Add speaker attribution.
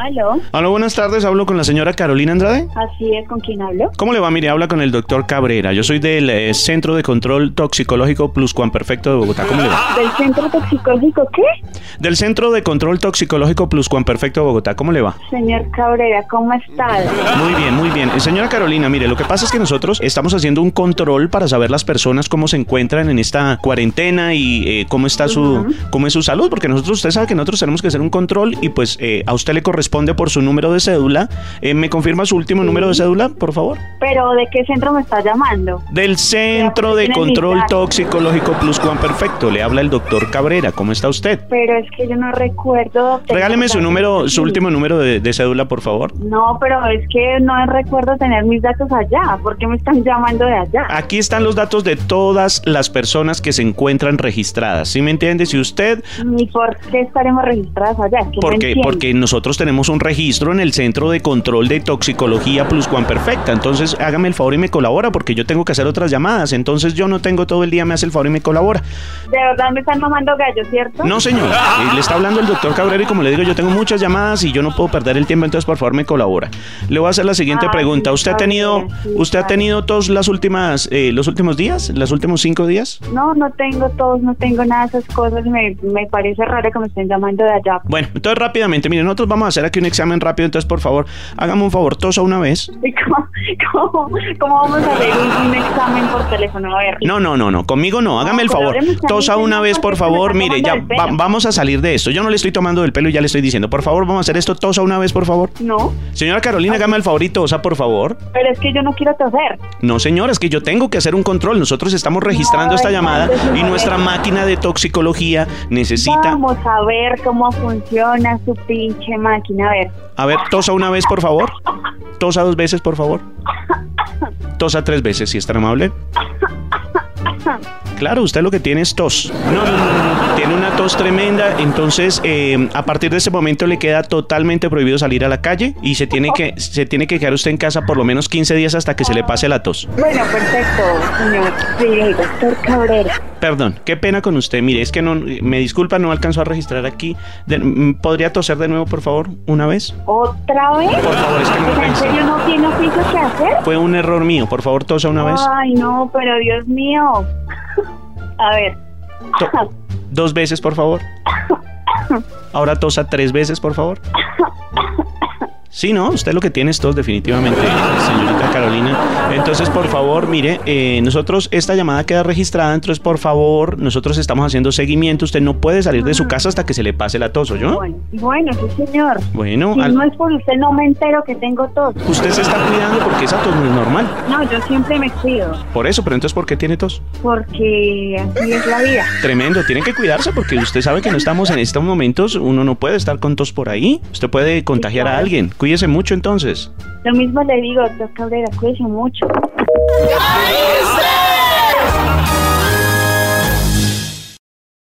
Speaker 1: Aló,
Speaker 2: Aló, buenas tardes. Hablo con la señora Carolina Andrade.
Speaker 1: así es con quien hablo.
Speaker 2: ¿Cómo le va? Mire, habla con el doctor Cabrera. Yo soy del eh, Centro de Control Toxicológico Pluscuamperfecto de Bogotá. ¿Cómo le va?
Speaker 1: ¿Del centro toxicológico qué?
Speaker 2: Del Centro de Control Toxicológico Pluscuamperfecto de Bogotá. ¿Cómo le va?
Speaker 1: Señor Cabrera, ¿cómo ha estado?
Speaker 2: Muy bien, muy bien. Eh, Señora Carolina, mire, lo que pasa es que nosotros estamos haciendo un control para saber las personas cómo se encuentran en esta cuarentena y eh, cómo está su cómo es su salud, porque nosotros usted sabe que nosotros tenemos que hacer un control y pues eh, a usted le corresponde por su número de cédula. Eh, ¿Me confirma su último número de cédula, por favor?
Speaker 1: ¿Pero de qué centro me está llamando?
Speaker 2: Del Centro de
Speaker 1: Mira, pues,
Speaker 2: Control
Speaker 1: tiene mis datos.
Speaker 2: Toxicológico Pluscuamperfecto. Le habla el doctor Cabrera. ¿Cómo está usted?
Speaker 1: Pero es que yo no recuerdo... tener-
Speaker 2: Regáleme su número, su último número de, de cédula, por favor.
Speaker 1: No, pero es que no recuerdo tener mis datos allá. ¿Por qué me están llamando de allá?
Speaker 2: Aquí están los datos de todas las personas que se encuentran registradas. ¿Sí me entiende? Si usted,
Speaker 1: ¿Ni por qué estaremos registrados allá? Es que no
Speaker 2: porque,
Speaker 1: entiendo.
Speaker 2: porque nosotros tenemos un registro en el Centro de Control de Toxicología Pluscuamperfecta. Entonces, hágame el favor y me colabora, porque yo tengo que hacer otras llamadas. Entonces, yo no tengo todo el día, me hace el favor y me colabora.
Speaker 1: De verdad me están mamando gallo, ¿cierto?
Speaker 2: No, señor. Eh, Le está hablando el doctor Cabrera y como le digo, yo tengo muchas llamadas y yo no puedo perder el tiempo, entonces por favor me colabora. Le voy a hacer la siguiente
Speaker 1: Ah,
Speaker 2: pregunta.
Speaker 1: sí,
Speaker 2: ¿Usted ha
Speaker 1: está
Speaker 2: tenido,
Speaker 1: bien, sí,
Speaker 2: usted ha
Speaker 1: está
Speaker 2: tenido todos las últimas, eh, los últimos días, los últimos cinco días?
Speaker 1: No, no tengo todos, no tengo nada de esas cosas. Me, me parece raro que me estén llamando de allá.
Speaker 2: Bueno, entonces rápidamente, miren, nosotros vamos a hacer aquí un examen rápido, entonces por favor, hágame un favor, tosa una vez.
Speaker 1: ¿Y ¿Cómo, cómo, cómo vamos a hacer un, un examen por teléfono? A ver.
Speaker 2: No, no, no, no, conmigo no, hágame el favor.
Speaker 1: colaboremos también,
Speaker 2: Tosa una
Speaker 1: señor,
Speaker 2: vez, por
Speaker 1: porque me
Speaker 2: favor,
Speaker 1: está
Speaker 2: mire, ya
Speaker 1: tomando el
Speaker 2: va-
Speaker 1: pelo.
Speaker 2: vamos a salir de esto. Yo no le estoy tomando del pelo y ya le estoy diciendo, por favor, vamos a hacer esto, tosa una vez, por favor.
Speaker 1: No,
Speaker 2: Señora Carolina, hágame el favor y tosa, por favor.
Speaker 1: pero es que yo no quiero toser.
Speaker 2: No, señor, es que yo tengo que hacer un control. Nosotros estamos registrando
Speaker 1: No,
Speaker 2: esta
Speaker 1: no,
Speaker 2: llamada
Speaker 1: no, no,
Speaker 2: y
Speaker 1: no,
Speaker 2: nuestra
Speaker 1: no.
Speaker 2: máquina de toxicología necesita...
Speaker 1: Vamos a ver cómo funciona su pinche máquina. A ver.
Speaker 2: A ver, tosa una vez, por favor. Tosa dos veces, por favor. Tosa tres veces, si es tan amable. Claro, usted lo que tiene es tos. No, no, no, no. Tiene una tos tremenda, entonces eh, a partir de ese momento le queda totalmente prohibido salir a la calle y se tiene que se tiene que quedar usted en casa por lo menos 15 días hasta que se le pase la tos.
Speaker 1: Bueno, perfecto, señor. Sí, doctor Cabrera.
Speaker 2: Perdón, qué pena con usted. Mire, es que no, me disculpa, no alcanzó a registrar aquí. De- mm, ¿Podría toser de nuevo, por favor, una vez?
Speaker 1: ¿Otra vez?
Speaker 2: Por favor, es que no
Speaker 1: ¿Pero ¿En
Speaker 2: pensé.
Speaker 1: serio no tiene oficio que hacer?
Speaker 2: Fue un error mío, por favor, tosa una vez.
Speaker 1: Ay, no, pero Dios mío. A ver.
Speaker 2: To- dos veces, por favor. Ahora tosa tres veces, por favor. Sí, no, usted lo que tiene es tos definitivamente, señorita Carolina. Entonces, por favor, mire, eh, nosotros esta llamada queda registrada, entonces, por favor, nosotros estamos haciendo seguimiento. Usted no puede salir de su casa hasta que se le pase la tos, ¿yo?
Speaker 1: Bueno, bueno, sí, señor.
Speaker 2: Bueno,
Speaker 1: Si
Speaker 2: al-
Speaker 1: no es por usted, no me entero que tengo tos.
Speaker 2: Usted se está cuidando porque esa tos no es normal.
Speaker 1: No, yo siempre me cuido,
Speaker 2: Por eso, pero entonces, ¿por qué tiene tos?
Speaker 1: porque así es la vida.
Speaker 2: Tremendo, tiene que cuidarse porque usted sabe que no estamos en estos momentos. Uno no puede estar con tos por ahí. Usted puede contagiar a alguien. Cuídese mucho entonces.
Speaker 1: Lo mismo le digo, doctor Cabrera, cuídese mucho.